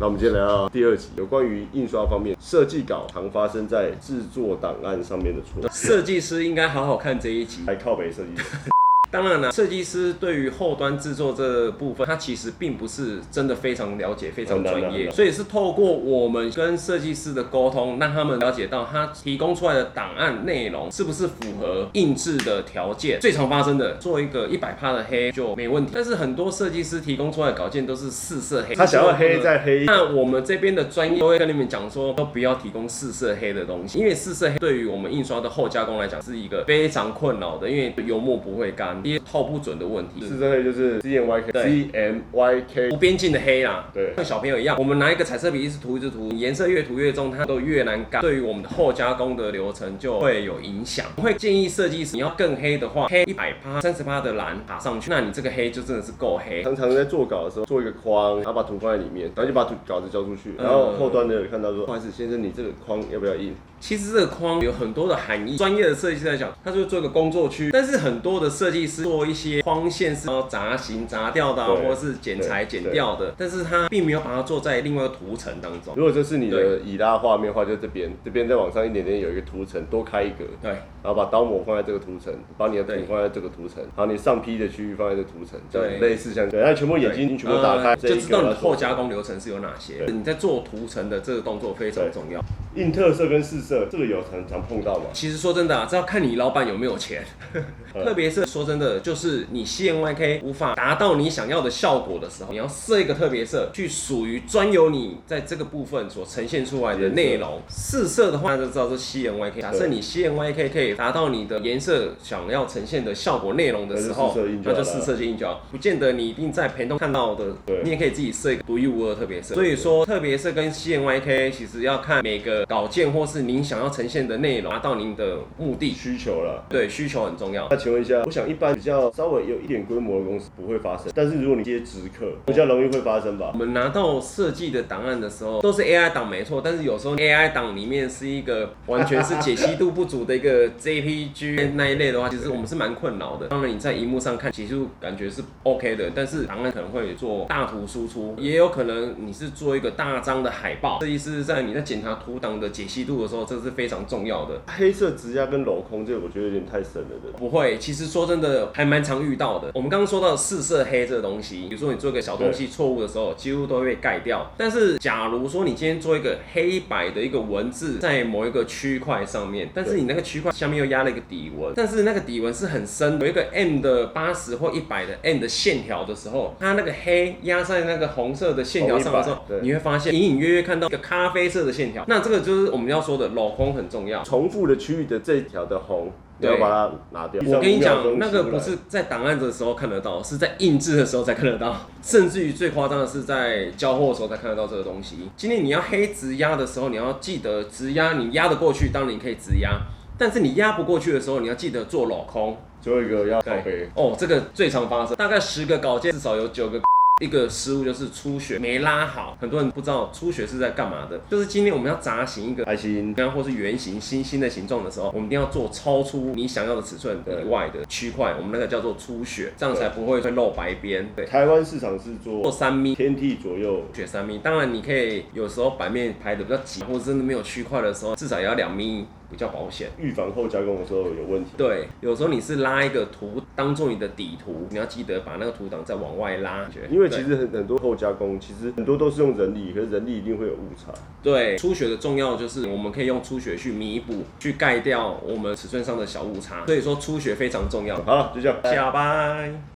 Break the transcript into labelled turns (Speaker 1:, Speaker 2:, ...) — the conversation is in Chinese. Speaker 1: 那我们今天来到第二集，有关于印刷方面，设计稿常发生在制作档案上面的错，
Speaker 2: 设计师应该好好看这一集。
Speaker 1: 来靠北设计师。
Speaker 2: 当然了，设计师对于后端制作这部分，他其实并不是真的非常了解、非常
Speaker 1: 很
Speaker 2: 专
Speaker 1: 难啊很
Speaker 2: 业，
Speaker 1: 难
Speaker 2: 所以是透过我们跟设计师的沟通，让他们了解到他提供出来的档案内容是不是符合印制的条件。最常发生的，做一个一百帕的黑就没问题，但是很多设计师提供出来的稿件都是四色黑，
Speaker 1: 他想要黑再黑，
Speaker 2: 那我们这边的专业都会跟你们讲说，都不要提供四色黑的东西，因为四色黑对于我们印刷的后加工来讲是一个非常困扰的，因为油墨不会干，也透不准的问题，
Speaker 1: 是真的就是 C M Y K
Speaker 2: 对
Speaker 1: C M Y K
Speaker 2: 无边境的黑啦。
Speaker 1: 对
Speaker 2: 跟小朋友一样，我们拿一个彩色笔一直涂一直涂，颜色越涂越重，它都越难干，对于我们的后加工的流程就会有影响。我会建议设计师，你要更黑的话，黑一百趴、三十趴的蓝打上去，那你这个黑就真的是够黑。
Speaker 1: 常常在做稿的时候做一个框，然后把图放在里面，然后就把图稿子交出去，然后后端的人看到说，不好意思，先生，你这个框要不要印？
Speaker 2: 其实这个框有很多的含义，专业的设计师来讲，他就会做一个工作区，但是很多的设计师做一些框线是要砸形砸掉的、啊，
Speaker 1: 对
Speaker 2: 或者是剪裁
Speaker 1: 对
Speaker 2: 剪掉的，但是他并没有把它做在另外一个图层当中。
Speaker 1: 如果这是你的已拉画面的话，就这边，这边再往上一点点有一个图层，多开一格，
Speaker 2: 对，
Speaker 1: 然后把刀模放在这个图层，把你的图
Speaker 2: 对
Speaker 1: 放在这个图层，然后你上批的区域放在这个图层，这样
Speaker 2: 对
Speaker 1: 类似像对，然后全部眼睛你全部打开，
Speaker 2: 呃
Speaker 1: 这
Speaker 2: 就
Speaker 1: 一
Speaker 2: 知
Speaker 1: 个
Speaker 2: 道你
Speaker 1: 要
Speaker 2: 的
Speaker 1: 做
Speaker 2: 后加工流程是有哪些。
Speaker 1: 对
Speaker 2: 你在做图层的这个动作非常重要。
Speaker 1: 印特色跟试色，这个有常常碰到嘛？
Speaker 2: 其实说真的啊，这要看你老板有没 有钱。
Speaker 1: 嗯
Speaker 2: 特别是说真的，就是你 CNYK 无法达到你想要的效果的时候，你要设一个特别色，去属于专有你在这个部分所呈现出来的内容。试色的话，大家就知道是 CNYK。假设你 CNYK 可以达到你的颜色想要呈现的效果内容的时候
Speaker 1: 那就试色印，就好了
Speaker 2: 那就试色就印就好，不见得你一定在陪同看到的
Speaker 1: 对，
Speaker 2: 你也可以自己设一个独一无二的特别色。所以说，特别色跟 CNYK 其实要看每个稿件或是您想要呈现的内容，达到您的目的。
Speaker 1: 需求了。
Speaker 2: 对，需求很重要。
Speaker 1: 那请问一下，我想一般比较稍微有一点规模的公司不会发生，但是如果你接直客，比较容易会发生吧
Speaker 2: 我？们拿到设计的档案的时候，都是 AI 档没错，但是有时候 AI 档里面是一个完全是解析度不足的一个 JPG 那一类的话，其实我们是蛮困扰的。当然你在荧幕上看解析度感觉是 OK 的，但是档案可能会做大图输出，也有可能你是做一个大张的海报。设计师在你在检查图档的解析度的时候，这是非常重要的。
Speaker 1: 黑色指甲跟镂空这个我觉得有点太深了，对不对
Speaker 2: 不会，其实说真的，还蛮常遇到的。我们刚刚说到四色黑这个东西，比如说你做一个小东西错误的时候，几乎都会被盖掉。但是假如说你今天做一个黑白的一个文字在某一个区块上面，但是你那个区块下面又压了一个底纹，但是那个底纹是很深的，有一个 M 的八十或一百的 M 的线条的时候，它那个黑压在那个红色的线条上的时候
Speaker 1: 红一百对，
Speaker 2: 你会发现隐隐约约看到一个咖啡色的线条。那这个就是我们要说的镂空很重要。
Speaker 1: 重复的区域的这一条的红，你
Speaker 2: 对
Speaker 1: 要把它拿掉。
Speaker 2: 我跟你
Speaker 1: 一秒钟出
Speaker 2: 讲，那
Speaker 1: 来
Speaker 2: 个不是在档案的时候看得到，是在印制的时候才看得到， 甚至于最夸张的是在交货的时候才看得到这个东西。今天你要黑直压的时候，你要记得直压，你压得过去，当然你可以直压；但是你压不过去的时候，你要记得做镂空。
Speaker 1: 最后一个要靠背，
Speaker 2: 哦，这个最常发生，大概十个稿件至少有九个。 一个失误就是出血没拉好，很多人不知道出血是在干嘛的。就是今天我们要砸型一个
Speaker 1: 爱心
Speaker 2: 然后或是圆形、星星的形状的时候，我们一定要做超出你想要的尺寸以外的区块，我们那个叫做出血，这样才不会会露白边。对，
Speaker 1: 台湾市场是做
Speaker 2: 做三米。
Speaker 1: 天地左右，
Speaker 2: 血三米，当然你可以有时候版面排的比较紧，或者真的没有区块的时候，至少也要两米比较保险。
Speaker 1: 预防后加工的时候有问题。
Speaker 2: 对，有时候你是拉一个图当做你的底图，你要记得把那个图档再往外拉。
Speaker 1: 因为
Speaker 2: 对
Speaker 1: 其实很很多后加工，其实很多都是用人力，可是人力一定会有误差。
Speaker 2: 对出血的重要就是我们可以用出血去弥补、去盖掉我们尺寸上的小误差，所以说出血非常重要。
Speaker 1: 好了，就这样。
Speaker 2: 下拜。